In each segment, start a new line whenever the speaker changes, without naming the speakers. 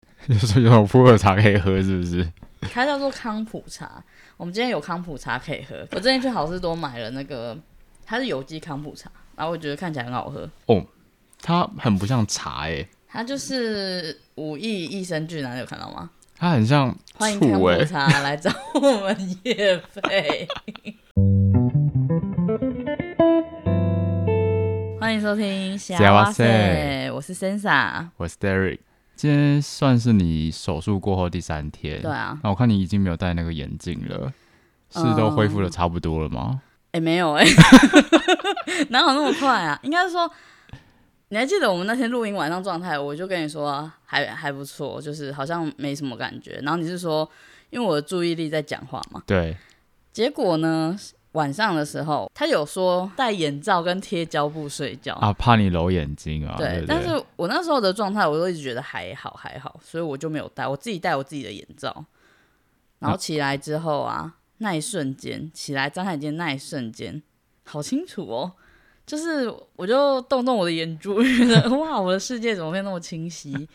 就是有种普洱茶可以喝，是不是？
它叫做康普茶。我们今天有康普茶可以喝。我之前去好事多买了那个，它是有机康普茶，然后我觉得看起来很好喝。
它很不像茶诶、
它就是五亿益生菌啊，你有看到吗？
它很像
欢迎康
醋诶、
普茶来找我们夜费。 欢迎收听《
哇
哇
塞
塞》，我是 Sensa。
我是 Derek，今天算是你手术过后第三天，
对嗯啊，
那我看你已经没有戴那个眼镜了，是都恢复的差不多了吗？
哎、没有哎、 哪有那么快啊？应该说，你还记得我们那天录音晚上状态，我就跟你说、还还不错，就是好像没什么感觉。然后你是说，因为我的注意力在讲话嘛？
对，
结果呢，晚上的时候他有说戴眼罩跟贴胶布睡觉。
啊，怕你揉眼睛啊，对
哦对
不，对，
但是我那时候的状态，我都一直觉得还好还好，所以我就没有戴，我自己戴我自己的眼罩。然后起来之后啊，那一瞬间起来张开眼睛那一瞬间，好清楚哦，就是我就动动我的眼珠，觉得哇，我的世界怎么会那么清晰？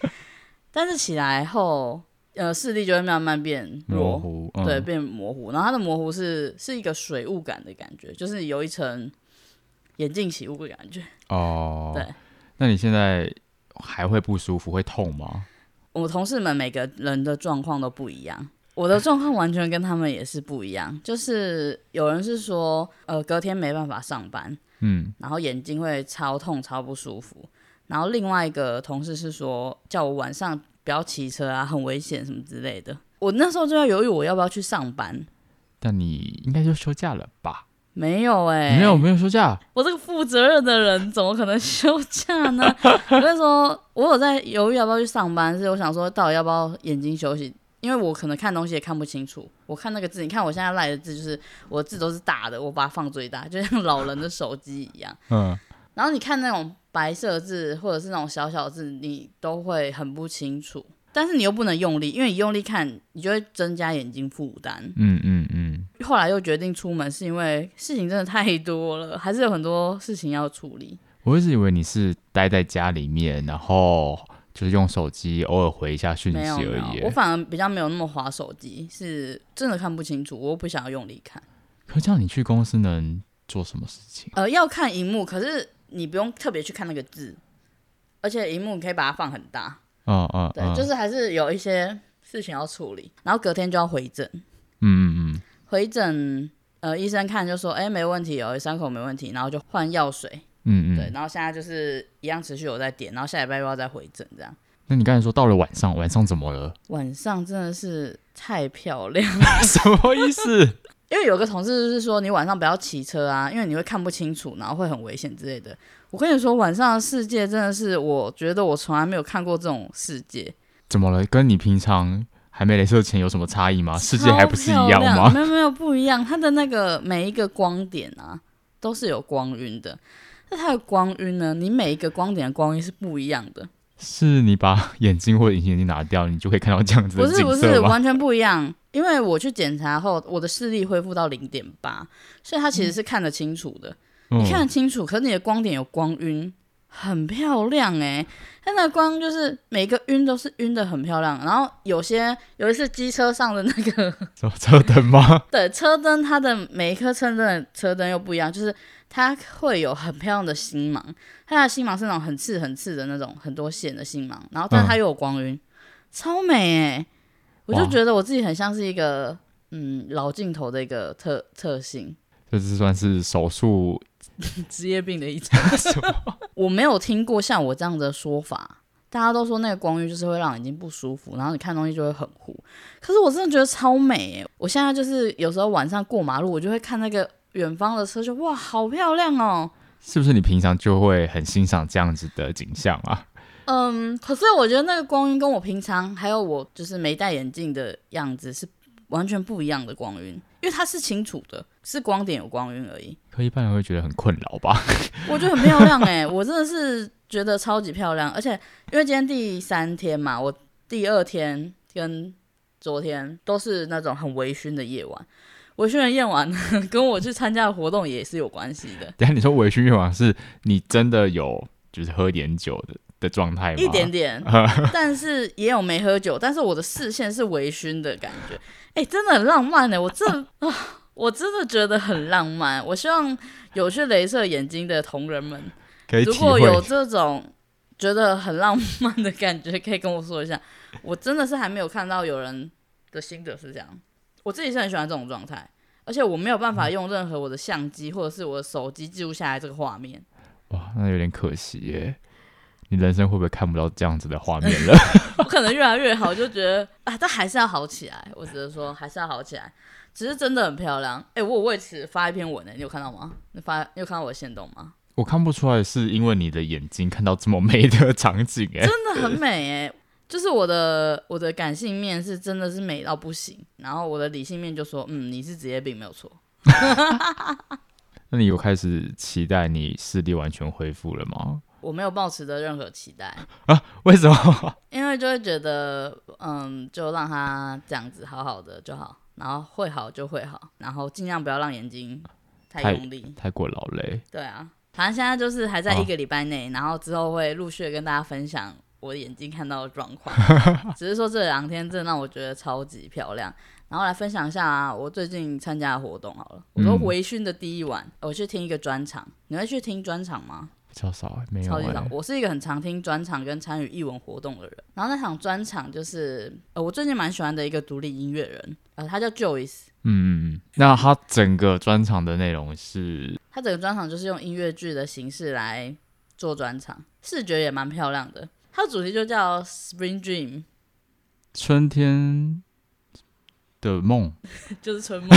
但是起来后，呃，视力就会慢慢变
模
弱，
糊，嗯、
对，，变模糊。然后它的模糊是是一个水雾感的感觉，就是有一层眼镜起雾的感觉。
哦，
对。
那你现在还会不舒服，会痛吗？
我同事们每个人的状况都不一样，我的状况完全跟他们也是不一样。就是有人是说，呃，隔天没办法上班，
嗯，
然后眼睛会超痛、超不舒服。然后另外一个同事是说，叫我晚上不要骑车啊，很危险什么之类的。我那时候就在犹豫，我要不要去上班？
但你应该就休假了吧？
没有哎、
没有，没有休假，
我这个负责任的人怎么可能休假呢？ 我跟你说，我有在犹豫要不要去上班，是我想说到底要不要眼睛休息，因为我可能看东西也看不清楚。我看那个字，你看我现在赖的字，就是我的字都是大的，我把它放最大，就像老人的手机一样。
嗯，
然后你看那种白色的字或者是那种小小的字，你都会很不清楚，但是你又不能用力，因为你用力看，你就会增加眼睛负担。
嗯嗯嗯，
后来又决定出门，是因为事情真的太多了，还是有很多事情要处理。
我一直以为你是待在家里面，然后就是用手机偶尔回一下讯息
没有
而
没
已
有，我
耶。
反而比较没有那么滑手机，是真的看不清楚，我又不想要用力看。
可这样你去公司能做什么事情？
呃，要看荧幕，可是你不用特别去看那个字，而且荧幕你可以把它放很大，
嗯嗯，
对，
嗯
就是还是有一些事情要处理，然后隔天就要回诊，
嗯嗯嗯，
回诊呃医生看就说，哎、没问题哦，伤口没问题，然后就换药水，
嗯嗯，
对，然后现在就是一样持续有在点，然后下礼拜又要再回诊这样。
那你刚才说到了晚上，晚上怎么了？
晚上真的是太漂亮了
什么意思？
因为有个同事就是说，你晚上不要骑车啊，因为你会看不清楚，然后会很危险之类的。我跟你说，晚上的世界真的是，我觉得我从来没有看过这种世界，
怎么了？跟你平常还没镭射前有什么差异吗？世界还不是一样
超漂亮
吗？
没有没有不一样，它的那个每一个光点啊，都是有光晕的。那它的光晕呢，你每一个光点的光晕是不一样的，
是你把 眼镜或者隐形眼镜拿掉，你就可以看到这样子
不
的
是不
景
是
色吗？
完全不一样。因为我去检查后，我的视力恢复到零点八，所以它其实是看得清楚的。
嗯
你看得清楚，可是你的光点有光晕，很漂亮哎、它那个光就是每个晕都是晕的很漂亮，然后有些有一次机车上的那个
什么车灯吗？
对车灯，它的每一颗车灯的车灯又不一样，就是它会有很漂亮的星芒，它的星芒是那种很刺很刺的那种很多线的星芒，然后
嗯
但它又有光晕，超美哎、我就
哇
觉得我自己很像是一个嗯老镜头的一个特特性，
这是算是手术
职业病的一种。
什么？
我没有听过像我这样的说法，大家都说那个光晕就是会让眼睛不舒服，然后你看东西就会很糊。可是我真的觉得超美耶！我现在就是有时候晚上过马路，我就会看那个远方的车就，哇，好漂亮哦。
是不是你平常就会很欣赏这样子的景象啊？
嗯，可是我觉得那个光晕跟我平常还有我就是没戴眼镜的样子是完全不一样的光晕，因为它是清楚的，是光点有光晕而已。
可一般人会觉得很困扰吧？
我觉得很漂亮哎、 我真的是觉得超级漂亮，而且因为今天第三天嘛，我第二天跟昨天都是那种很微醺的夜晚，微醺的夜晚呢，跟我去参加的活动也是有关系的。
等一下你说微醺愿望是你真的有就是喝点酒的的状态吗？
一点点，但是也有没喝酒，但是我的视线是微醺的感觉，哎、真的很浪漫呢、我真的啊，我真的觉得很浪漫。我希望有去镭射眼睛的同仁们，
可以
如
体
果有
会。
这种觉得很浪漫的感觉，可以跟我说一下。 我真的是还没有看到有人的心得是这样，我自己是很喜欢这种状态，而且我没有办
嗯
法用任何我的相机或者是我的手机记录下来这个画面。
哇，那有点可惜耶。你人生会不会看不到这样子的画面 了？
我可能越来越好，就觉得 啊，但还是要好起来。我只能说还是要好起来，只是真的很漂亮。哎、我有为此发一篇文呢、你有看到吗？你发你有看到我的线动吗？
我看不出来，是因为你的眼睛看到这么美的场景哎。
真的很美哎、就是我的我的感性面是真的是美到不行，然后我的理性面就说，嗯，你是职业病没有错。
那你有开始期待你视力完全恢复了吗？
我没有抱持着任何期待，
为什 么？
因为就会觉得，嗯，就让它这样子好好的就好，然后会好就会好，然后尽量不要让眼睛太
太
用力。
太过劳累。
对啊，反正现在就是还在
哦
一个礼拜内，然后之后会陆续地跟大家分享我眼睛看到的状 况。只是说这两天真的让我觉得超级漂亮。然后来分享一下、啊、我最近参加的活动好了。我说
嗯
微醺的第一晚，我去听一个专场。你会去听专场吗？
比较少欸，没有
超级少
欸。。
我是一个很常听专场跟参与艺文活动的人。然后那场专场就是呃，我最近蛮喜欢的一个独立音乐人，呃，他叫 Joyce。
嗯嗯嗯。那他整个专场的内容是
他整个专场就是用音乐剧的形式来做专场，视觉也蛮漂亮的。它的主题就叫 Spring Dream，
春天的梦，
就是春梦，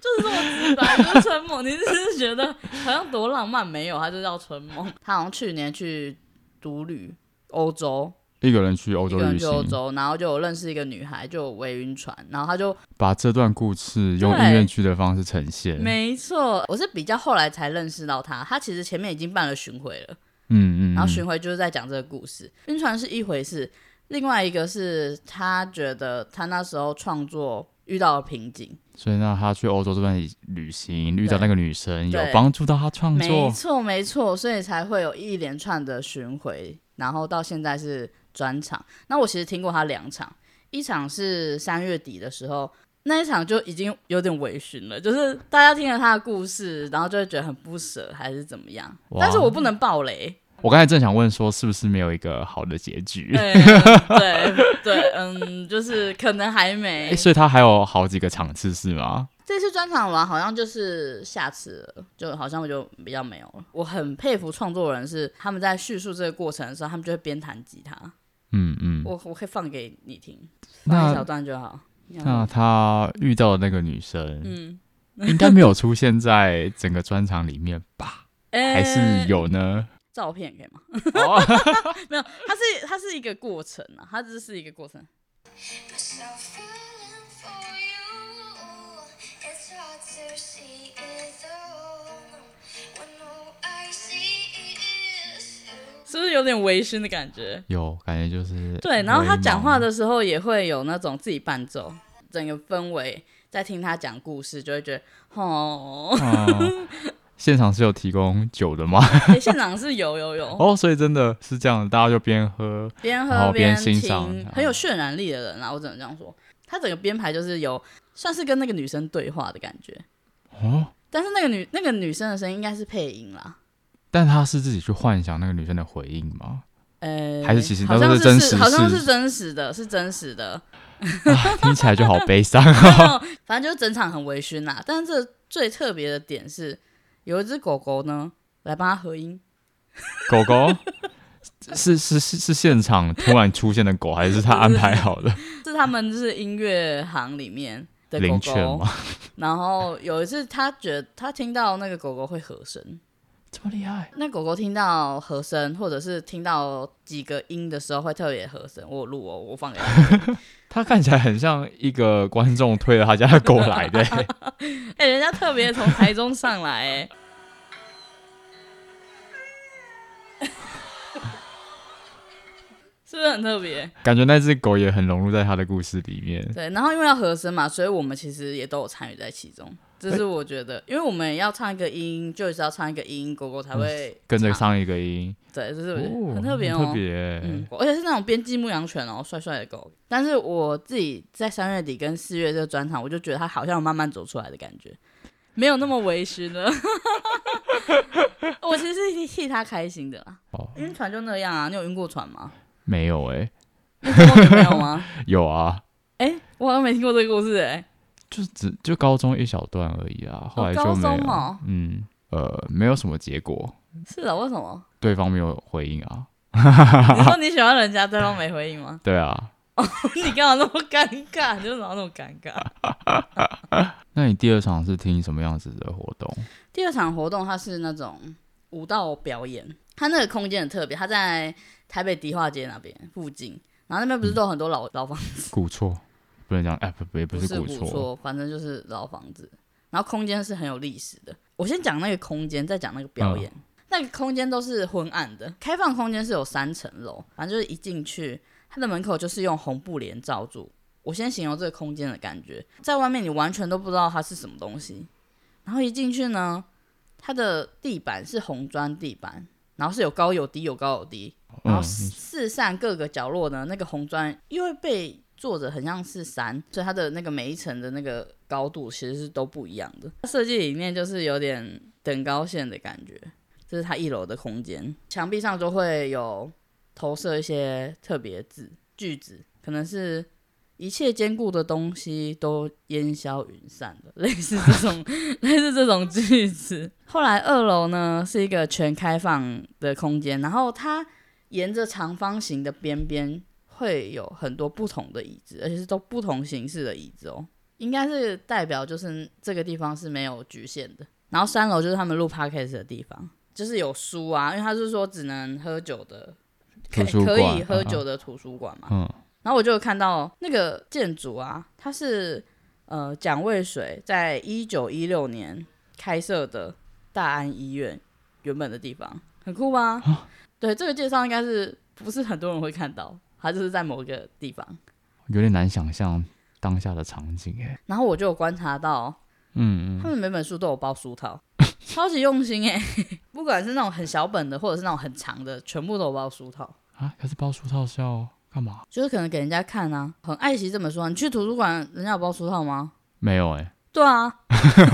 就是这么直白，就是春梦。你只是觉得好像多浪漫，没有，它就叫春梦。他好像去年去独旅欧洲，
一个人去欧
一
洲
个人
旅
去
行，
欧洲，然后就有认识一个女孩，就有微晕船，然后他就
把这段故事用
对
音乐剧的方式呈现。
没错，我是比较后来才认识到他，他其实前面已经办了巡回了。
嗯嗯嗯，
然后巡回就是在讲这个故事。晕船是一回事，另外一个是他觉得他那时候创作遇到了瓶颈。
所以那他去欧洲这段旅行遇到那
对
个女生，有
对
帮助到他创
没
作。
错，没错，所以才会有一连串的巡回，然后到现在是专场。那我其实听过他两场，一场是三月底的时候。那一场就已经有点微醺了，就是大家听了他的故事，然后就会觉得很不舍，还是怎么样？
哇
但是我不能爆 雷，
我刚才正想问说，是不是没有一个好的结局？
对嗯对对，嗯，就是可能还没。
哎，所以他还有好几个场次是吗？
这次专场完好像就是下次了，就好像我就比较没有了。我很佩服创作人是他们在叙述这个过程的时候，他们就会边弹吉他。
嗯嗯。
我我可以放给你听，放一小
那
段就好。
那他遇到的那个女生，
嗯，
应该没有出现在整个专场里面 吧？
还
还是有 呢？
呃照片可以吗？
哦
没有，它是它是一个过程啊，它只是一个过程。
Stop feeling for you. It's hard to see it though. When all I see is you.
是不是有点微醺的感觉？
有感觉就是
对，然后他
微
讲话
茫
的时候也会有那种自己伴奏，整个氛围在听他讲故事，就会觉得 哦，
哦现场是有提供酒的吗？
诶现场是有有有
哦，所以真的是这样的，大家就边喝，
边
然
喝
后边
听，
欣赏
很有渲染力的人啊啦，我只能这样说。他整个编排就是有算是跟那个女生对话的感觉，
哦，
但是那个女那个女生的声音应该是配音啦，
但他是自己去幻想那个女生的回应吗？
呃，
还是其实
好
都
像
是真实
是好像
事
是真实的，是真 实的。
啊，听起来就好悲伤啊
没有反正就是整场很微醺啦。但是这最特别的点是，有一只狗狗呢来帮他合音，
狗狗是是是是现场突然出现的狗，还是他安排好的？
是他们就是音乐行里面的狗
灵犬
狗
吗。？
然后有一次他觉得他听到那个狗狗会和声，
这么厉害？
那狗狗听到和声或者是听到几个音的时候会特别和声。我有录哦，我放给他。
他看起来很像一个观众推了他家的狗来的、欸
哎、人家特别从台中上来、哎。是不是很特别？
感觉那只狗也很融入在他的故事里面。
对，然后因为要和声嘛，所以我们其实也都有参与在其中，这是我觉得，因为我们要唱一个音，就是要唱一个音，狗狗才会
嗯跟着
唱。
上一个音，
啊对，这是我觉得
哦，
很特别哦。
特别。
嗯，而且是那种边境牧羊犬哦，帅帅的狗。但是我自己在三月底跟四月这个专场，我就觉得它好像有慢慢走出来的感觉，没有那么微醺了。 我其实是替他开心的啦。
哦
晕船就那样啊，你有晕过船吗？
没有哎、
你有过女朋友吗？
有啊，
哎、我好像没听过这个故事哎、
就只就高中一小段而已啊，后来就
高
没有。
中哦
嗯，呃，没有什么结果，
是的，为什么？
对方没有回应啊。
你说你喜欢人家，对方没回应吗？
对啊，
你干嘛那么尴尬？你为什么要那么尴尬？
那你第二场是听什么样子的活动？
第二场活动它是那种舞蹈表演，它那个空间很特别，它在台北迪化街那边附近，然后那边
嗯
不是都有很多老、老房子，
古厝不能讲，哎、不不也不
不
是
是
古
古
厝，
厝，反正就是老房子，然后空间是很有历史的。我先讲那个空间，再讲那个
嗯
表演。那个空间都是昏暗的，开放空间是有三层楼，反正就是一进去，它的门口就是用红布帘罩住。我先形容这个空间的感觉，在外面你完全都不知道它是什么东西，然后一进去呢，它的地板是红砖地板，然后是有高有低，有高有低，然后
嗯
四散各个角落呢，那个红砖因为被做着很像是山，所以它的那个每一层的那个高度其实是都不一样的。它设计理念就是有点等高线的感觉，这是它一楼的空间，墙壁上就会有投射一些特别字句子，可能是一切坚固的东西都烟消云散了，类似这种 类似这种句子。后来二楼呢是一个全开放的空间，然后它沿着长方形的边边会有很多不同的椅子，而且是都不同形式的椅子哦，应该是代表就是这个地方是没有局限的。然后三楼就是他们录 podcast 的地方，就是有书啊，因为他是说只能喝酒的，可
图书
可以
馆
喝
啊
酒的图书馆嘛。
嗯，
然后我就有看到那个建筑啊，它是呃蒋渭水在一九一六年开设的大安医院原本的地方，很酷吧？
啊
对，这个介绍应该是不是很多人会看到，它就是在某个地方。
有点难想象当下的场景哎、
然后我就有观察到，
嗯
他
嗯，
们每本书都有包书套， 超级用心哎、 不管是那种很小本的，或者是那种很长的，全部都有包书套。
啊，可是包书套是要干嘛？
就是可能给人家看啊，很爱惜这本书啊。你去图书馆，人家有包书套吗？
没有哎、
对啊，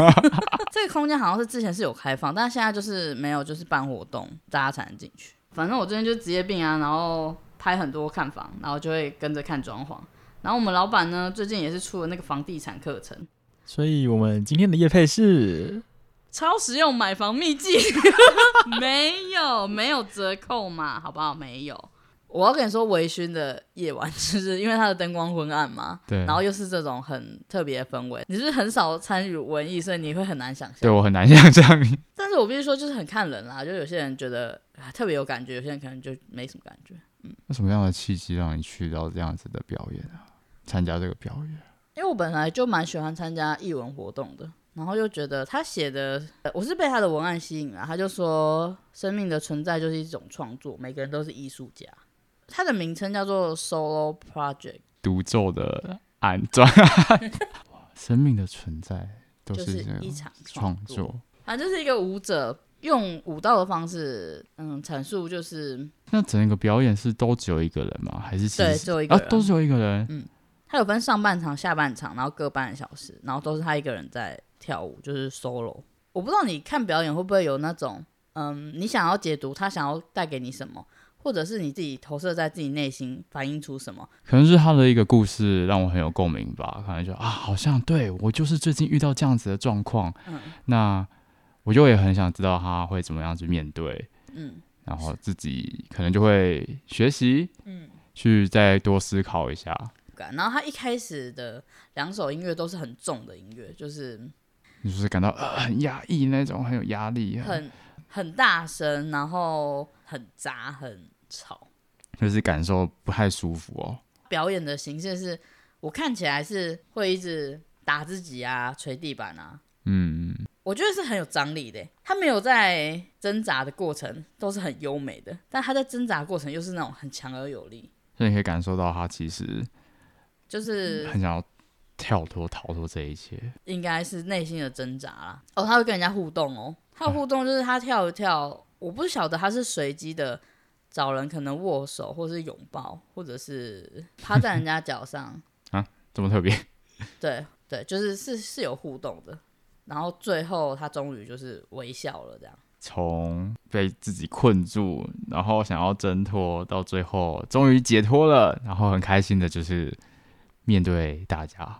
这个空间好像是之前是有开放，但现在就是没有，就是办活动大家才能进去。反正我最近就职业病啊，然后拍很多看房，然后就会跟着看装潢。然后我们老板呢，最近也是出了那个房地产课程，
所以我们今天的夜配是
超实用买房秘籍， 没有没有折扣嘛，好不好？没有。我要跟你说，微醺的夜晚，就是因为它的灯光昏暗嘛，
对
然后又是这种很特别的氛围，你是不是很少参与文艺，所以你会很难想象。
对我很难 想象你。
但是我必须说，就是很看人啦，就有些人觉得、啊、特别有感觉，有些人可能就没什么感觉。
那什么样的契机让你去到这样子的表演啊？参加这个表演？
因为我本来就蛮喜欢参加艺文活动的，然后又觉得他写的，呃我是被他的文案吸引了。他就说，生命的存在就是一种创作，每个人都是艺术家。他的名称叫做 Solo Project，
独奏的安装，哇 生命的存在都
就是是
这
一
种
场
创
作。
作。
反正就是一个舞者用舞蹈的方式，嗯，阐述就是
那整个表演是都只有一个人吗？还是其
对
实是
只有一个
啊，
人嗯
都只有一个人？
他有分上半场、下半场，然后各半个小时，然后都是他一个人在跳舞，就是 solo。我不知道你看表演会不会有那种，嗯，你想要解读他想要带给你什么，或者是你自己投射在自己内心反映出什么。
可能是他的一个故事让我很有共鸣吧，可能就啊，好像对我就是最近遇到这样子的状况，
嗯
那我就也很想知道他会怎么样去面对，
嗯，
然后自己可能就会学习，
嗯，
去再多思考一下。
感然后他一开始的两首音乐都是很重的音乐，就是
你就是感到、呃、很压抑那种，很有压力，
很很大声，然后很杂很吵。
就是感受不太舒服哦。
表演的形式是我看起来是会一直打自己啊、捶地板啊，
嗯，
我觉得是很有张力的。欸他没有在挣扎的过程都是很优美的，但他在挣扎的过程又是那种很强而有力，
所以你可以感受到他其实
就是
很想要跳脱逃脱这一切？
应该是内心的挣扎啦。哦，他会跟人家互动哦，他的互动就是他跳一跳，我不晓得他是随机的找人，可能握手或是拥抱，或者是趴在人家脚上，
这么特别？
对对，就是是是有互动的。然后最后他终于就是微笑了，这样。
从被自己困住，然后想要挣脱，到最后终于解脱了，然后很开心的就是面对大家。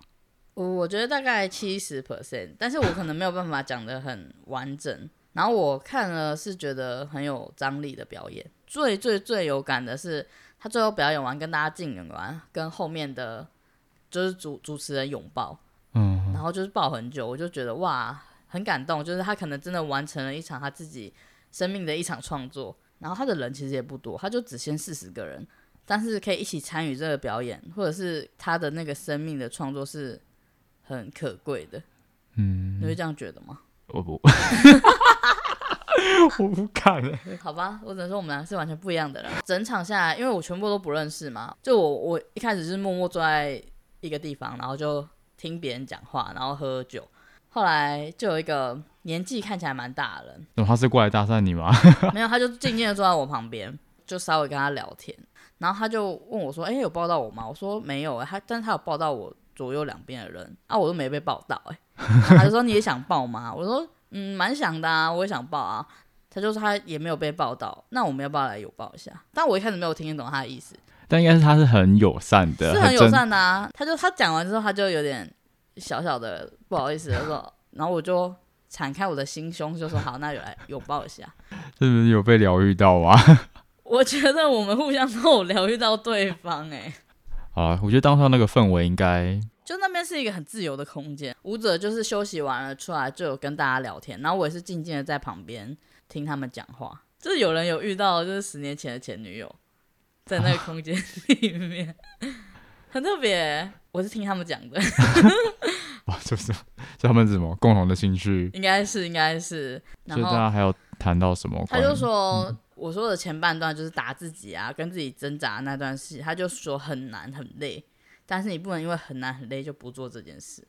我我觉得大概七十 percent，但是我可能没有办法讲的很完整。然后我看了是觉得很有张力的表演，最最最有感的是他最后表演完跟大家敬礼完，跟后面的就是主主持人拥抱，
嗯，
然后就是抱很久，我就觉得哇很感动，就是他可能真的完成了一场他自己生命的一场创作。然后他的人其实也不多，他就只限四十个人，但是可以一起参与这个表演，或者是他的那个生命的创作是很可贵的。嗯，你会这样觉得吗？
我不， 我不敢了。
嗯好吧，我只能说我们俩是完全不一样的人。整场下来，因为我全部都不认识嘛，就我我一开始是默默坐在一个地方，然后就听别人讲话，然后喝酒。后来就有一个年纪看起来蛮大的人，
怎么哦他是过来搭讪你吗？
没有，他就静静的坐在我旁边，就稍微跟他聊天。然后他就问我说：“哎、有报到我吗？”我说：“没有、欸。”他，但是他有报到我左右两边的人啊，我都没被报到、欸。然后他就说：“你也想报吗？” 我说：“嗯，蛮想的啊，我也想报啊。”他就说他也没有被报到，那我们要不要来有报一下？但我一开始没有听得懂他的意思，
但应该是他是很友善的，
是很友
真
善的啊。他就他讲完之后，他就有点小小的不好意思，他说，然后我就敞开我的心胸，就说好，那有来拥抱一下。
是不是有被疗愈到吗？
我觉得我们互相都有疗愈到对方、哎，
好啊，我觉得当上那个氛围应该
就那边是一个很自由的空间，舞者就是休息完了出来就有跟大家聊天，然后我也是静静的在旁边听他们讲话。就是有人有遇到，就是十年前的前女友，在那个空间里面， 很特别、欸我是听他们讲的，
哇， 就是就他们什么共同的兴趣，
应该是应该是。
所
然
以大
后
家还有谈到什么？
他就，说，我说的前半段就是打自己啊，跟自己挣扎的那段戏，他就说很难很累，但是你不能因为很难很累就不做这件事。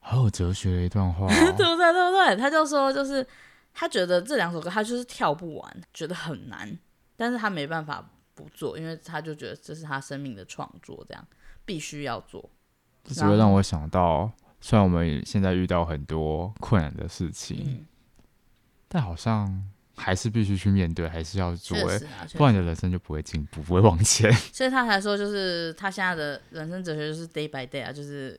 好有哲学的一段话、哦。
对不对？对不对？他就说，就是他觉得这两首歌他就是跳不完，觉得很难，但是他没办法不做，因为他就觉得这是他生命的创作，这样必须要做。
这只会让我想到，虽然我们现在遇到很多困难的事情，
嗯，
但好像还是必须去面对，还是要做、
确
欸
实啊，确
不然
实。
你的人生就不会进步，不会往 前。
所以他才说，就是他现在的人生哲学就是 day by day 啊，就是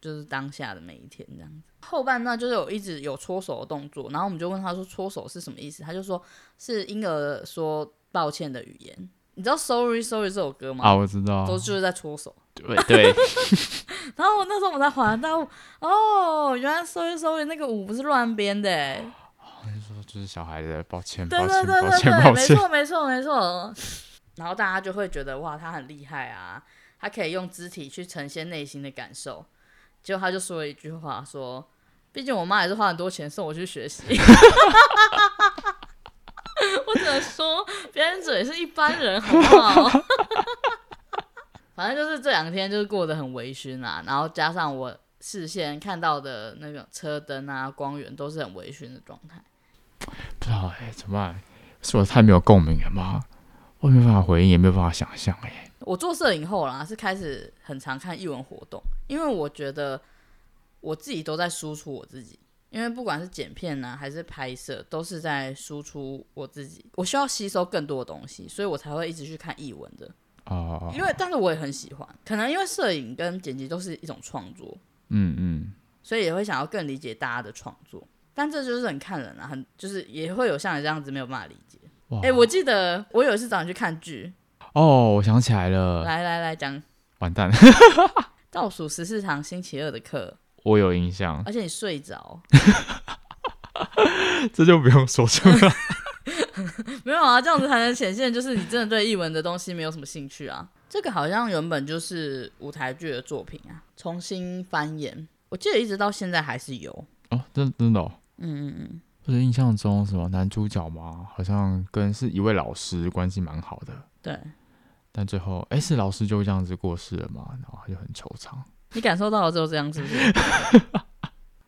就是当下的每一天这样子。后半段就是有一直有搓手的动作，然后我们就问他说搓手是什么意思，他就说是婴儿说抱歉的语言。你知道 sorry sorry 这首歌吗？
啊，我知道，
都就是在搓手。
对对，
然后我那时候我才恍然大悟，哦，原来搜一搜一那个舞不是乱编的欸，
就是小孩的，抱歉，
对
抱
对
歉，
对
抱
对
歉，
对，
抱
没
歉。
错没错没错。然后大家就会觉得哇，他很厉害啊，他可以用肢体去呈现内心的感受。结果他就说了一句话说，毕竟我妈也是花很多钱送我去学习。 我只能说，表演者也是一般人，好不好？ 反正就是这两天就是过得很微醺啊，然后加上我视线看到的那种车灯啊、光源都是很微醺的状态。
不知道哎、怎么办？是我太没有共鸣了吗？我没办法回应，也没有办法想象哎、
我做摄影后啦，是开始很常看艺文活动，因为我觉得我自己都在输出我自己，因为不管是剪片呢、还是拍摄，都是在输出我自己。我需要吸收更多的东西，所以我才会一直去看艺文的，
哦、
因为但是我也很喜欢，可能因为摄影跟剪辑都是一种创作，
嗯嗯，
所以也会想要更理解大家的创作。但这就是很看人啊，很就是也会有像你这样子没有办法理解。
哇，
哎、我记得我有一次找你去看剧，
哦，我想起来了，
来来来讲
完蛋，
倒数十四堂星期二的课，
我有印象，
而且你睡着，
这就不用说出来。
没有啊？这样子才能显现，就是你真的对译文的东西没有什么兴趣啊。这个好像原本就是舞台剧的作品啊，重新翻演，我记得一直到现在还是有。
哦，真真的、哦，
嗯嗯嗯，
我的印象中什么男主角嘛，好像跟是一位老师关系蛮好的，
对，
但最后哎、诶是老师就这样子过世了嘛，然后他就很惆怅。
你感受到了之后这样是不是？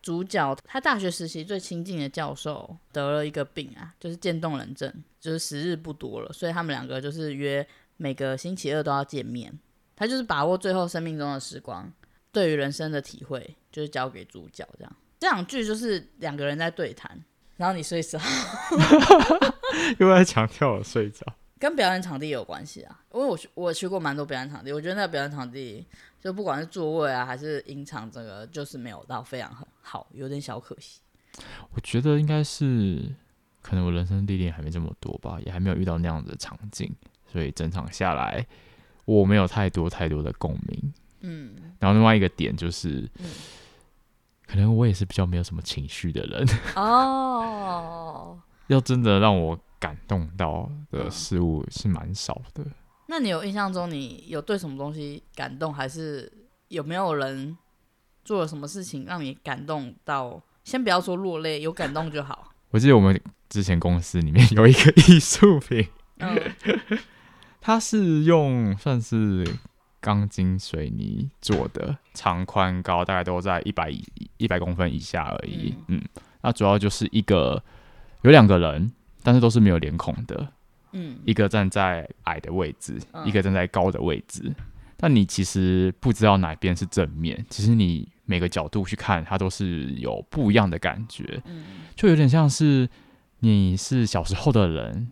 主角他大学时期最亲近的教授得了一个病啊，就是渐冻人症，就是时日不多了，所以他们两个就是约每个星期二都要见面。他就是把握最后生命中的时光，对于人生的体会，就是交给主角这样。这两句就是两个人在对谈，然后你睡着，
又在强调我睡着。
跟表演场地有关系啊，因为我去我去过蛮多表演场地，我觉得那个表演场地就不管是座位啊还是音场，这个就是没有到非常很好，有点小可惜。
我觉得应该是，可能我人生历练还没这么多吧，也还没有遇到那样的场景，所以整场下来我没有太多太多的共鸣。
嗯，
然后另外一个点就是，
嗯
可能我也是比较没有什么情绪的人，
哦，
要真的让我感动到的事物是蛮少的。
那你有印象中你有对什么东西感动，还是有没有人做了什么事情让你感动到？先不要说落泪，有感动就好。
我记得我们之前公司里面有一个艺术品，
嗯，
它是用算是钢筋水泥做的，长宽高大概都在一百一百公分以下而已。嗯，那主要就是一个有两个人，但是都是没有脸孔的，
嗯
一个站在矮的位置，
嗯
一个站在高的位置。但你其实不知道哪边是正面，其实你每个角度去看，它都是有不一样的感觉。
嗯
就有点像是你是小时候的人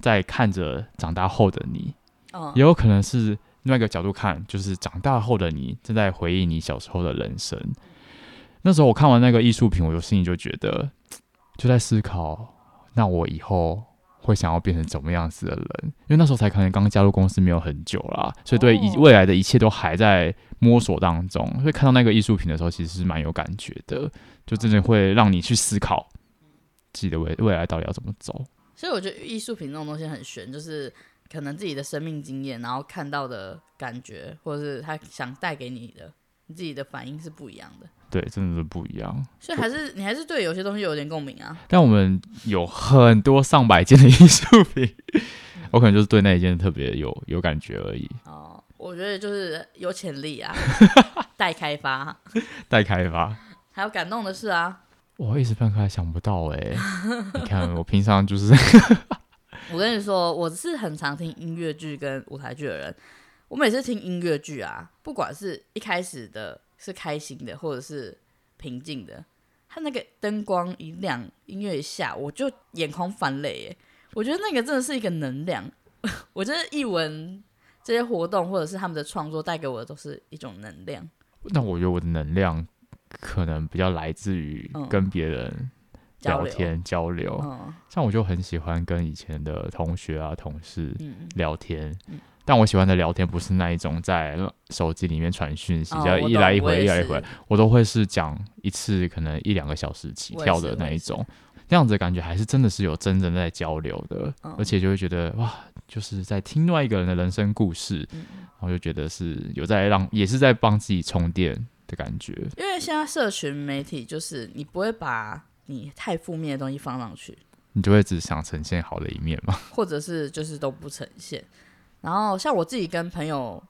在看着长大后的你，
嗯
也有可能是另外一个角度看，就是长大后的你正在回忆你小时候的人生。那时候我看完那个艺术品，我就心里就觉得，就在思考，那我以后会想要变成怎么样子的人？因为那时候才可能刚加入公司没有很久啦，所以对一
哦
未来的一切都还在摸索当中。所以看到那个艺术品的时候，其实是蛮有感觉的，就真的会让你去思考自己的未未来到底要怎么走。
所以我觉得艺术品这种东西很玄，就是可能自己的生命经验，然后看到的感觉，或者是他想带给你的，你自己的反应是不一样的。
对，真的是不一样。
所以还是你还是对有些东西有点共鸣啊。
但我们有很多上百件的艺术品， 我可能就是对那一件特别有有感觉而已，
哦，我觉得就是有潜力啊，待开发，
待开发。
还有感动的事啊。
我一时半刻还想不到哎、 你看我平常就是
我跟你说，我是很常听音乐剧跟舞台剧的人。我每次听音乐剧啊，不管是一开始的是开心的，或者是平静的，它那个灯光一亮，音乐一下，我就眼眶泛泪耶。我觉得那个真的是一个能量。 我觉得艺文这些活动或者是他们的创作带给我的都是一种能量。
那我觉得我的能量可能比较来自于
嗯
跟别人
交
聊
流
天交流，
嗯
像我就很喜欢跟以前的同学啊同事
嗯，
聊天。
嗯
但我喜欢的聊天不是那一种在手机里面传讯息，
哦
这样、
我
一来
懂
一
我
回，
也
一来一回
是，
我都会是讲一次可能一两个小时起
我也
跳
是
的
我
那
也
一
是
种，那样子的感觉还是真的是有真正在交流的，
嗯
而且就会觉得哇，就是在听另外一个人的人生故事，
嗯
然后就觉得是有在让，也是在帮自己充电的感觉。
因为现在社群媒体就是你不会把你太负面的东西放上去，
你就会只想呈现好的一面嘛？
或者是就是都不呈现。然后像我自己跟朋友，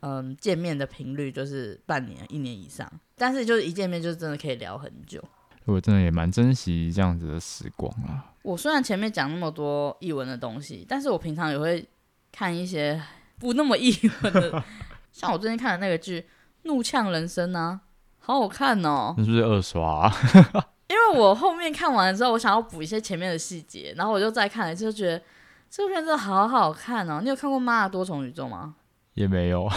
嗯，见面的频率就是半年、一年以上，但是就是一见面就真的可以聊很久。
我真的也蛮珍惜这样子的时光啊。
我虽然前面讲那么多译文的东西，但是我平常也会看一些 不那么译文的， 像我最近看的那个剧《怒呛人生》啊，好好看哦。
那是不是二刷、啊？
因为我后面看完之后，我想要补一些前面的细节，然后我就再看了一次，就觉得这部片真的好好看哦。你有看过《妈的多重宇宙》吗？
也没有。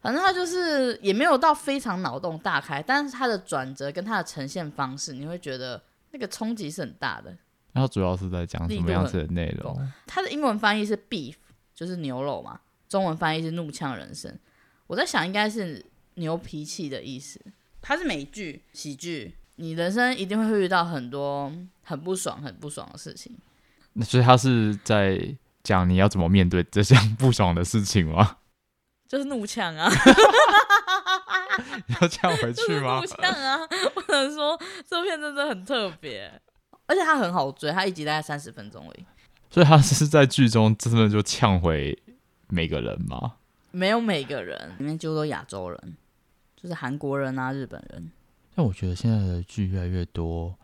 反正他就是也没有到非常脑洞大开，但是他的转折跟他的呈现方式，你会觉得那个冲击是很大的。
那主要是在讲什
力
么
度
样
很
子的内容？
它的英文翻译是 beef，就是牛肉嘛，中文翻译是怒呛人生。我在想应该是牛脾气的意思。它是美剧喜剧，你人生一定会遇到很多很不爽、很不爽的事情。
那所以他是在讲你要怎么面对这项 不爽的事情吗？
就是怒呛啊，
你要这样回
就
去
是
吗
怒？呛啊！ 我只能说这片真的很特别，而且它很好追，它一集大概三十分钟而已。
所以他是在剧中真的就呛回每个人吗？
没有每个人，里面几乎都亚洲人，就是韩国人啊、日本人。
但我觉得现在的剧越来越多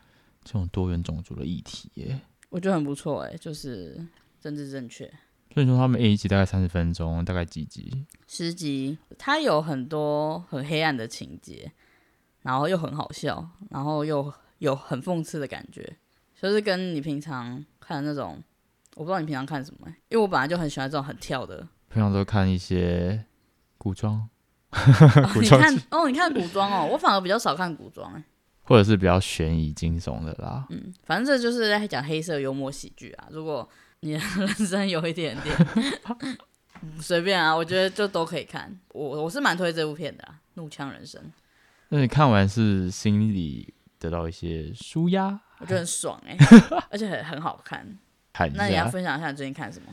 这种多元种族的议题耶，
我觉得很不错哎、就是政治正确。
所以说他们 A 一集大概三十分钟，大概几集？
十集，它有很多很黑暗的情节，然后又很好笑，然后又有很讽刺的感觉，就是跟你平常看的那种，我不知道你平常看什么欸、因为我本来就很喜欢这种很跳的。
平常都看一些古装，
哦
古
你
装
看哦，你看古装哦，我反而比较少看古装哎、
或者是比较悬疑惊悚的啦。
嗯，反正这就是在讲黑色幽默喜剧啊。如果你的 人生有一点点 嗯随便啊，我觉得就都可以看。我我是蛮推这部片的、啊，《怒呛人生》，
那你看完是心里得到一些舒压，
我觉得很爽哎、 而且很很好看。
喊一
那你要
下。
分享一下你最近看什么？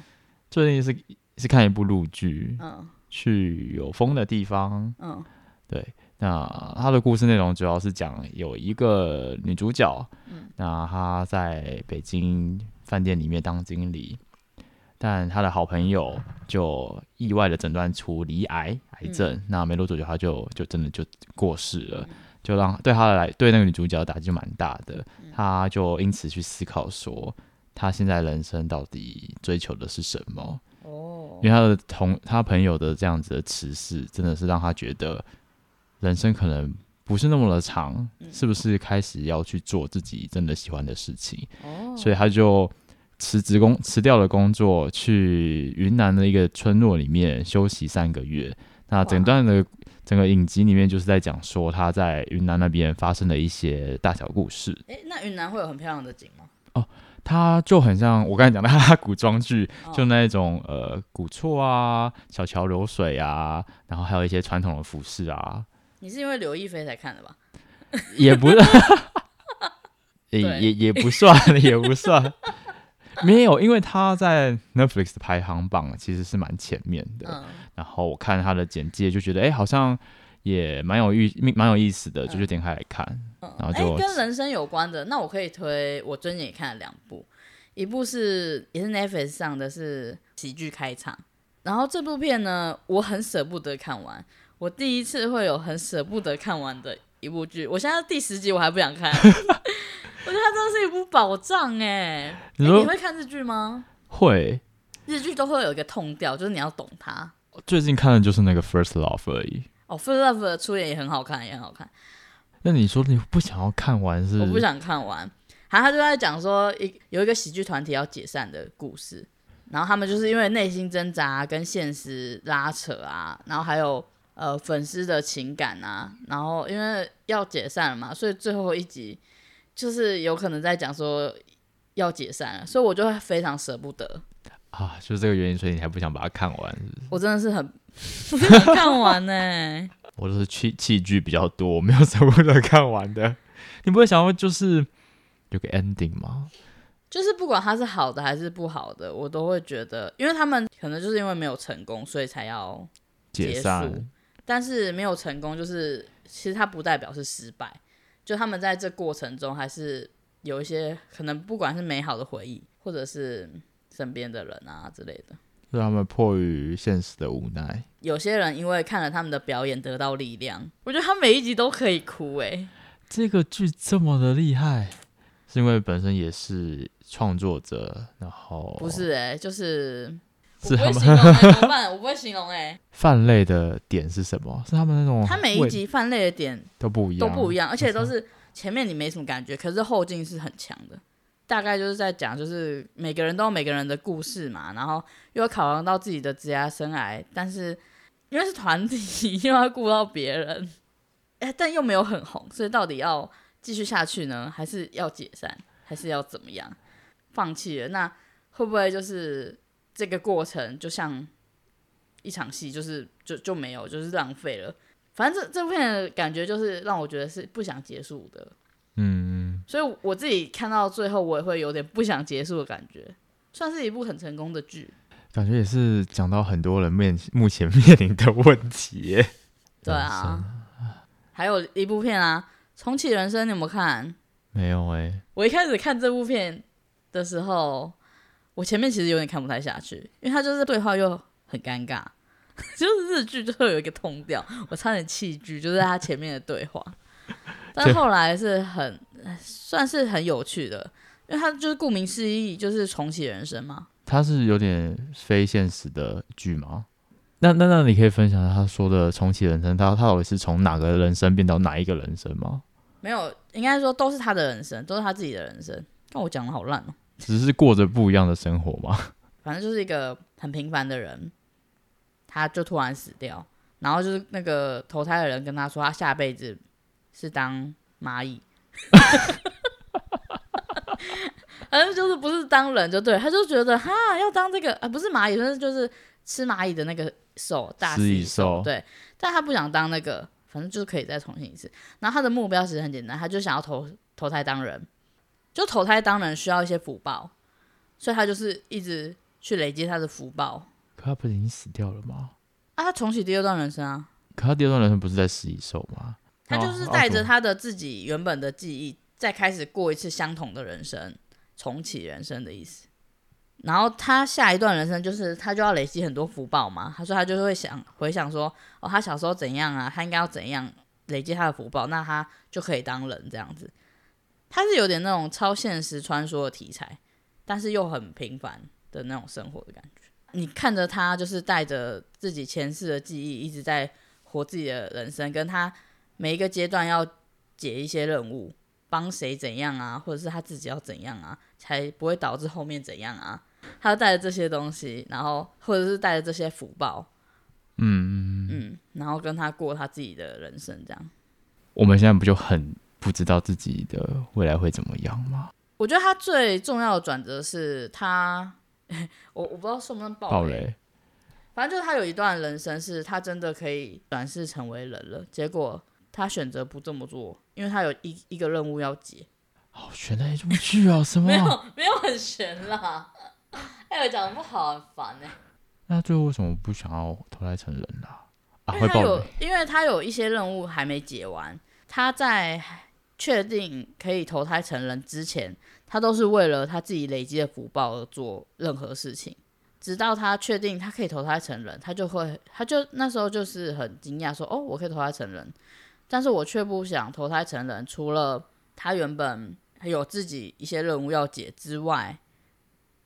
最近是是看一部陆剧，
嗯
去有风的地方。
嗯
对，那它的故事内容主要是讲有一个女主角，那她在北京饭店里面当经理，但她的好朋友就意外的诊断出罹癌癌症，那没多久她就就真的就过世了。就让对她的来对那个女主角的打击就蛮大的，她就因此去思考说，她现在人生到底追求的是什么？
哦
因为他的同他朋友的这样子的辞世，真的是让他觉得人生可能不是那么的长，是不是开始要去做自己真的喜欢的事情？
哦
所以他就辞职工辞掉了工作，去云南的一个村落里面休息三个月。那整段的整个影集里面，就是在讲说他在云南那边发生的一些大小故事。
哎、那云南会有很漂亮的景吗？
它就很像我刚才讲的哈哈古装剧，
哦
就那一种呃古厝啊、小桥流水啊，然后还有一些传统的服饰 啊，
你是因为刘亦菲才看的吧？
也 不也
对
也也不算， 也不算，没有，因为它在 Netflix 的排行榜其实是蛮前面的。
嗯，
然后我看它的简介就觉得，哎、好像也蛮有意蛮有意思的，就去点开来看。
嗯
然后
哎、
就
跟人生有关的，那我可以推。我最近也看了两部，一部是也是 Netflix 上的是喜剧开场，然后这部片呢，我很舍不得看完，我第一次会有很舍不得看完的一部剧。我现在第十集我还不想看， 我觉得它真的是一部宝藏哎、哎
你说
你会看日剧吗？
会
日剧都会有一个痛调，就是你要懂它。
最近看的就是那个 First Love 而已。
哦，First Love 的出演也很好看，也很好看。
那你说你不想要看完是？
我不想看完。然后他就在讲说，一有一个喜剧团体要解散的故事，然后他们就是因为内心挣扎啊跟现实拉扯啊，然后还有呃粉丝的情感啊，然后因为要解散了嘛，所以最后一集就是有可能在讲说要解散了，所以我就会非常舍不得，
啊，就是这个原因，所以你还不想把它看完是不是
我真的是很 我真的很看完呢、
我都是弃弃剧比较多，我没有舍不得看完的。你不会想要就是有个 ending 吗？
就是不管它是好的还是不好的，我都会觉得，因为他们可能就是因为没有成功，所以才要
解
结束
散，
但是没有成功，就是其实它不代表是失败，就他们在这过程中还是有一些可能，不管是美好的回忆，或者是身边的人啊之类的。
让他们迫于现实的无奈。
有些人因为看了他们的表演得到力量，我觉得他每一集都可以哭欸诶、
这个剧这么的厉害，是因为本身也是创作者，然后
不是诶、就是我
哦是
不
他们
会形容、欸、怎么办？我不会形容诶、
泛类的点是什么？是他们那种
他每一
味
集犯累的点
都不一
都
样，
不一样，而且都是前面你没什么感觉，可是后劲是很强的。大概就是在讲，就是每个人都有每个人的故事嘛，然后又要考量到自己的职业生涯，但是因为是团体， 又要顾到别人，哎、但又没有很红，所以到底要继续下去呢，还是要解散，还是要怎么样？放弃了，那会不会就是这个过程就像一场戏，就是就就没有，就是浪费了？反正这这部片的感觉就是让我觉得是不想结束的，
嗯，
所以我自己看到最后，我也会有点不想结束的感觉。算是一部很成功的剧，
感觉也是讲到很多人面目前面临的问题耶。
对啊。还有一部片啊，《重启人生》，你有没有看？
没有哎、
我一开始看这部片的时候，我前面其实有点看不太下去，因为他就是对话又很尴尬， 就是日剧就会有一个痛调，我差点弃剧，就是他前面的对话。但
对
后来是很算是很有趣的，因为他就是顾名思义就是重启人生嘛。
它是有点非现实的剧吗？那那那你可以分享他说的重启人生，他他到底是从哪个人生变到哪一个人生吗？
没有，应该说都是他的人生，都是他自己的人生。但我讲的好烂哦、
只是过着不一样的生活吗？
反正就是一个很平凡的人，他就突然死掉，然后就是那个投胎的人跟他说，他下辈子是当蚂蚁， 反正就是不是当人就对了，他就觉得哈要当这个啊、不是蚂蚁，就是就是吃蚁蚂蚁的那个手大
食蚁
蚁
兽
对，但他不想当那个，反正就是可以再重新一次。然后他的目标其实很简单，他就想要投投胎当人，就投胎当人需要一些福报，所以他就是一直去累积他的福报
可他不是已经死掉了吗？
啊。他重启第二段人生啊，
可他第二段人生不是在食蚁兽吗？
他就是
哦
带着
哦
他的自己原本的记忆，再开始过一次相同的人生，重启人生的意思。然后他下一段人生就是他就要累积很多福报嘛，他说他就会想回想说，哦，他小时候怎样啊，他应该要怎样累积他的福报，那他就可以当人这样子。他是有点那种超现实穿梭的题材，但是又很平凡的那种生活的感觉。你看着他就是带着自己前世的记忆一直在活自己的人生，跟他每一个阶段要解一些任务，帮谁怎样啊，或者是他自己要怎样啊，才不会导致后面怎样啊。他要带着这些东西，然后或者是带着这些福报，
嗯，
嗯，然后跟他过他自己的人生，这样。
我们现在不就很不知道自己的未来会怎么样吗？
我觉得他最重要的转折是他， 我我不知道算不算
暴
暴雷，
雷，
反正就是他有一段人生是他真的可以转世成为人了，结果他选择不这么做，因为他有一一个任务要解。
好悬的一部剧啊！什么
没
啊？
有没有很悬啦。哎、我讲的不好，很烦哎、
那最后为什么不想要投胎成人啦、啊？
因
会
为他
爆
有
雷，
因为他有一些任务还没解完，他在确定可以投胎成人之前，他都是为了他自己累积的福报而做任何事情。直到他确定他可以投胎成人，他就会，他就那时候就是很惊讶说：“哦，我可以投胎成人，但是我却不想投胎成人。除了他原本有自己一些任务要解之外，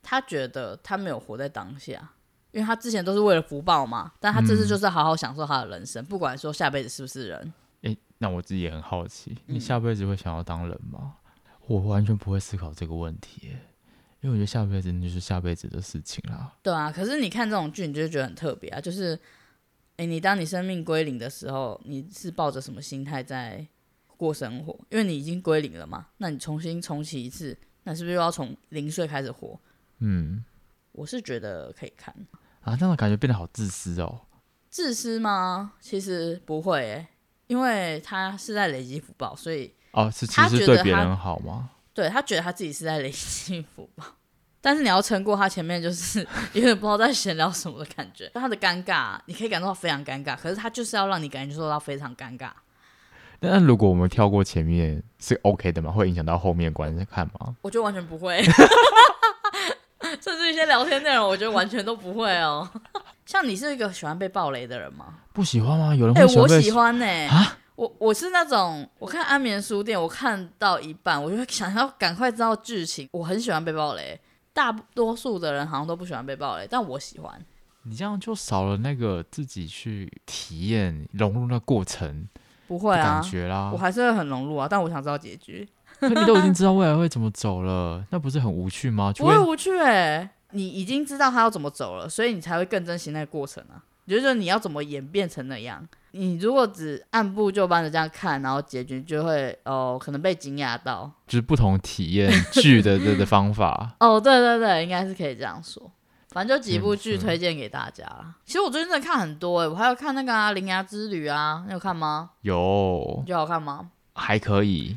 他觉得他没有活在当下，因为他之前都是为了福报嘛，但他这次就是好好享受他的人生，不管说下辈子是不是人。
诶，那我自己也很好奇，
嗯
你下辈子会想要当人吗？我完全不会思考这个问题耶，因为我觉得下辈子那就是下辈子的事情啦。
对啊，可是你看这种剧，你就会觉得很特别啊，就是，诶，你当你生命归零的时候，你是抱着什么心态在过生活？因为你已经归零了嘛，那你重新重启一次，那是不是又要从零岁开始活？
嗯，
我是觉得可以看，
啊，那种感觉变得好自私哦。
自私吗？其实不会、诶，因为他是在累积福报，所以
哦，是其
他
实
觉
对
得
别
他
人好吗？
对他觉得他自己是在累积福报，但是你要撑过他前面，就是 有点不知道在闲聊什么的感觉。他的尴尬，你可以感受到非常尴尬，可是他就是要让你感受到非常尴尬。
那那如果我们跳过前面是 OK 的吗？会影响到后面观看吗？
我觉得完全不会， 甚至一些聊天内容，我觉得完全都不会哦。 像你是一个喜欢被暴雷的人吗？
不喜欢吗？有人
哎、
会喜欢
我
被啊
喜欢呢、我我是那种，我看安眠书店，我看到一半，我就会想要赶快知道剧情。我很喜欢被暴雷，大多数的人好像都不喜欢被暴雷，但我喜欢。
你这样就少了那个自己去体验融入那过程
不
的
会啊
感，觉啦。
我还是会很融入啊，但我想知道结局。
可你都已经知道未来会怎么走了，那不是很无趣 吗？就
不
会
会无趣哎、你已经知道他要怎么走了，所以你才会更珍惜那个过程啊。就是说你要怎么演变成那样，你如果只按部就班的这样看，然后结局就会哦，可能被惊讶到。
就是不同体验剧 的的的方法。
哦，对对对，应该是可以这样说。反正就几部剧
嗯是
推荐给大家啦。其实我最近真的看很多哎、我还有看那个啊《铃芽之旅》啊，你有看吗？
有
你觉得好看吗？
还可以，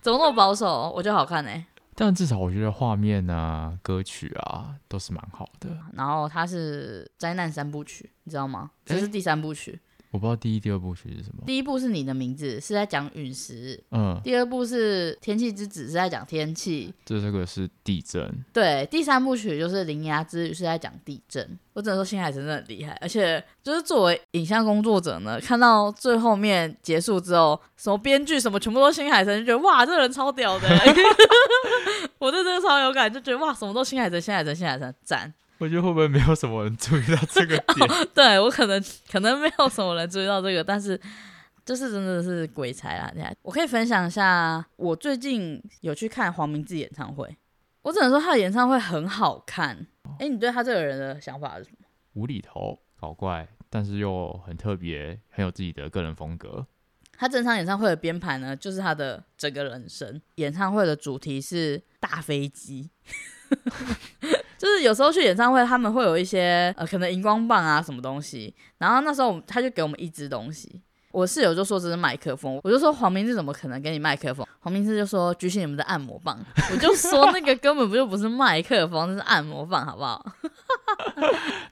怎么那么保守？我觉得好看哎、
但至少我觉得画面啊、歌曲啊都是蛮好的。
然后它是灾难三部曲，你知道吗？这
诶
是第三部曲。
我不知道第一、第二部曲是什么。
第一部是你的名字，是在讲陨石；
嗯，
第二部是天气之子，是在讲天气。
这这个是地震，
对，第三部曲就是《铃芽之旅》，是在讲地震。我只能说新海诚真的很厉害，而且就是作为影像工作者呢，看到最后面结束之后，什么编剧什么全部都是新海诚，就觉得哇，这人超屌的、欸 我对这个超有感，就觉得哇，什么都新海诚，新海诚，新海诚，赞。
我觉得会不会没有什么人注意到这个点？
对我可能可能没有什么人注意到这个，但是就是真的是鬼才啦！你看，我可以分享一下，我最近有去看黄明志演唱会，我只能说他的演唱会很好看。哎、你对他这个人的想法是什么？
无厘头、搞怪，但是又很特别，很有自己的个人风格。
他整场演唱会的编排呢，就是他的整个人生。演唱会的主题是大飞机。 就是有时候去演唱会，他们会有一些呃，可能荧光棒啊什么东西。然后那时候我们他就给我们一支东西，我室友就说这是麦克风，我就说黄明志怎么可能给你麦克风？黄明志就说举起你们的按摩棒，我就说那个根本不就不是麦克风，那是按摩棒，好不好？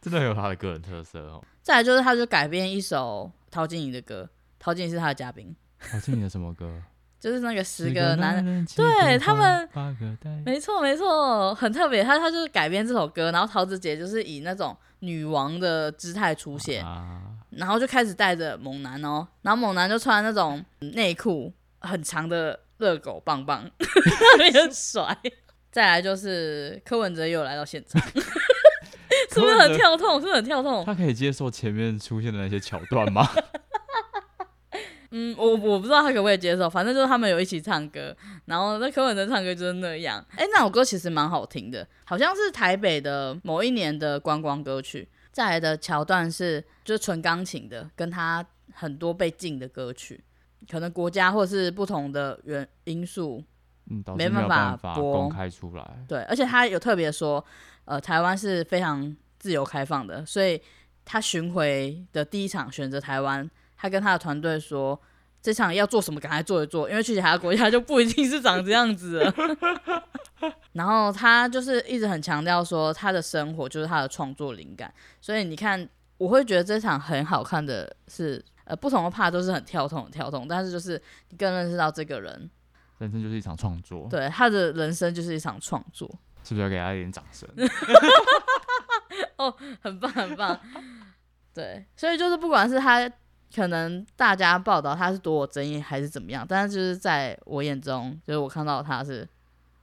真的很有他的个人特色哦。
再来就是他就改编一首陶晶莹的歌，陶晶莹是他的嘉宾，
好哦听你的什么歌？
就是那个十个男人。
人，
对他们
八个呆
没错，没错，很特别。他他就是改编这首歌，然后桃子姐就是以那种女王的姿态出现，
啊，
然后就开始带着猛男哦，然后猛男就穿那种内裤很长的热狗棒棒， 很甩。再来就是柯文哲又来到现场， 是不是很跳痛？是不是很跳 痛？
他可以接受前面出现的那些桥段 吗？
嗯，我我不知道他可不可以接受，反正就是他们有一起唱歌，然后那柯文哲唱歌就是那样。哎、那首歌其实蛮好听的，好像是台北的某一年的观光歌曲。再来的桥段是就是纯钢琴的，跟他很多被禁的歌曲，可能国家或是不同的原因素
嗯，导
没
致没有
办法
办法
播
公开出来。
对，而且他有特别说，呃，台湾是非常自由开放的，所以他巡回的第一场选择台湾，他跟他的团队说，这场要做什么，赶快做一做，因为去其他国家就不一定是长这样子了。 然后他就是一直很强调说，他的生活就是他的创作灵感，所以你看，我会觉得这场很好看的是，呃，不同的 part 都是很跳痛、很跳痛，但是就是你更认识到这个人，
人生就是一场创作，
对他的人生就是一场创作。
是不是要给他一点掌 声？
很棒，很棒。对，所以就是不管是他可能大家报道他是多有争议还是怎么样，但是就是在我眼中，就是我看到他是，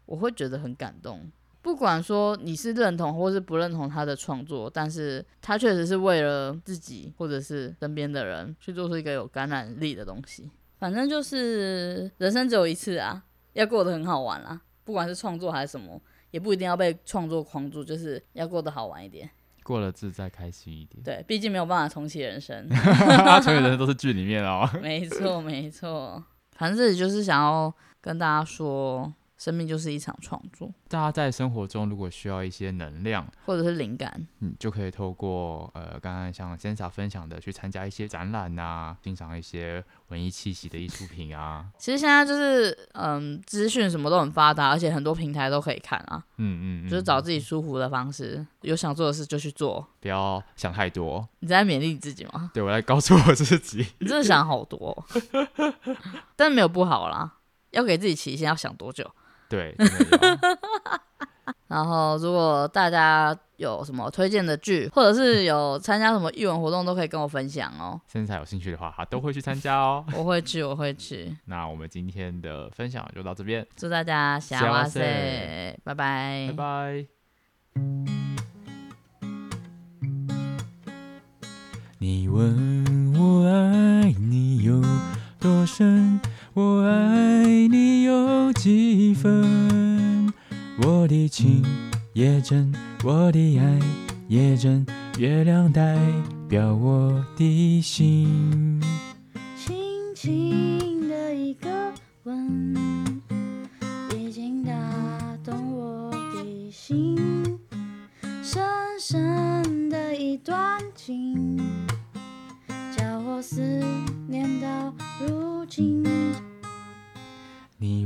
我会觉得很感动。不管说你是认同或是不认同他的创作，但是他确实是为了自己或者是身边的人去做出一个有感染力的东西。反正就是人生只有一次啊，要过得很好玩啦、不管是创作还是什么，也不一定要被创作框住，就是要过得好玩一点。
过了自在，开心一 点。
对，毕竟没有办法重启人生。
所有人都是剧里面哦。
没错，没错。反正这里就是想要跟大家说，生命就是一场创作，
大家在生活中如果需要一些能量，
或者是灵感。
嗯，就可以透过呃，刚刚像 Sensa 分享的，去参加一些展览啊，欣赏一些文艺气息的艺术品 啊。
其实现在就是，嗯，资讯什么都很发达，而且很多平台都可以看啊，
嗯嗯，嗯
就是找自己舒服的方式，有想做的事就去做。
不要想太多。
你在勉励你自己吗？
对我来告诉我自己，
你真的想好多哦、 但没有不好啦，要给自己期限，要想多久。
对，真 的
然后，如果大家有什么推荐的剧，或者是有参加什么艺文活动，都可以跟我分享哦。
有 Sensa 有兴趣的话，他都会去参加哦。
我会去，我会去。
那我们今天的分享就到这边，
祝大 家
幸
下哇
せ
塞，拜拜
拜。拜。你问我爱你有多深，我爱你有几分？我的情也真，我的爱也真，月亮代表我的心。
轻轻的一个吻，已经打动我的心。深深的一段情，叫我思念到如今。
你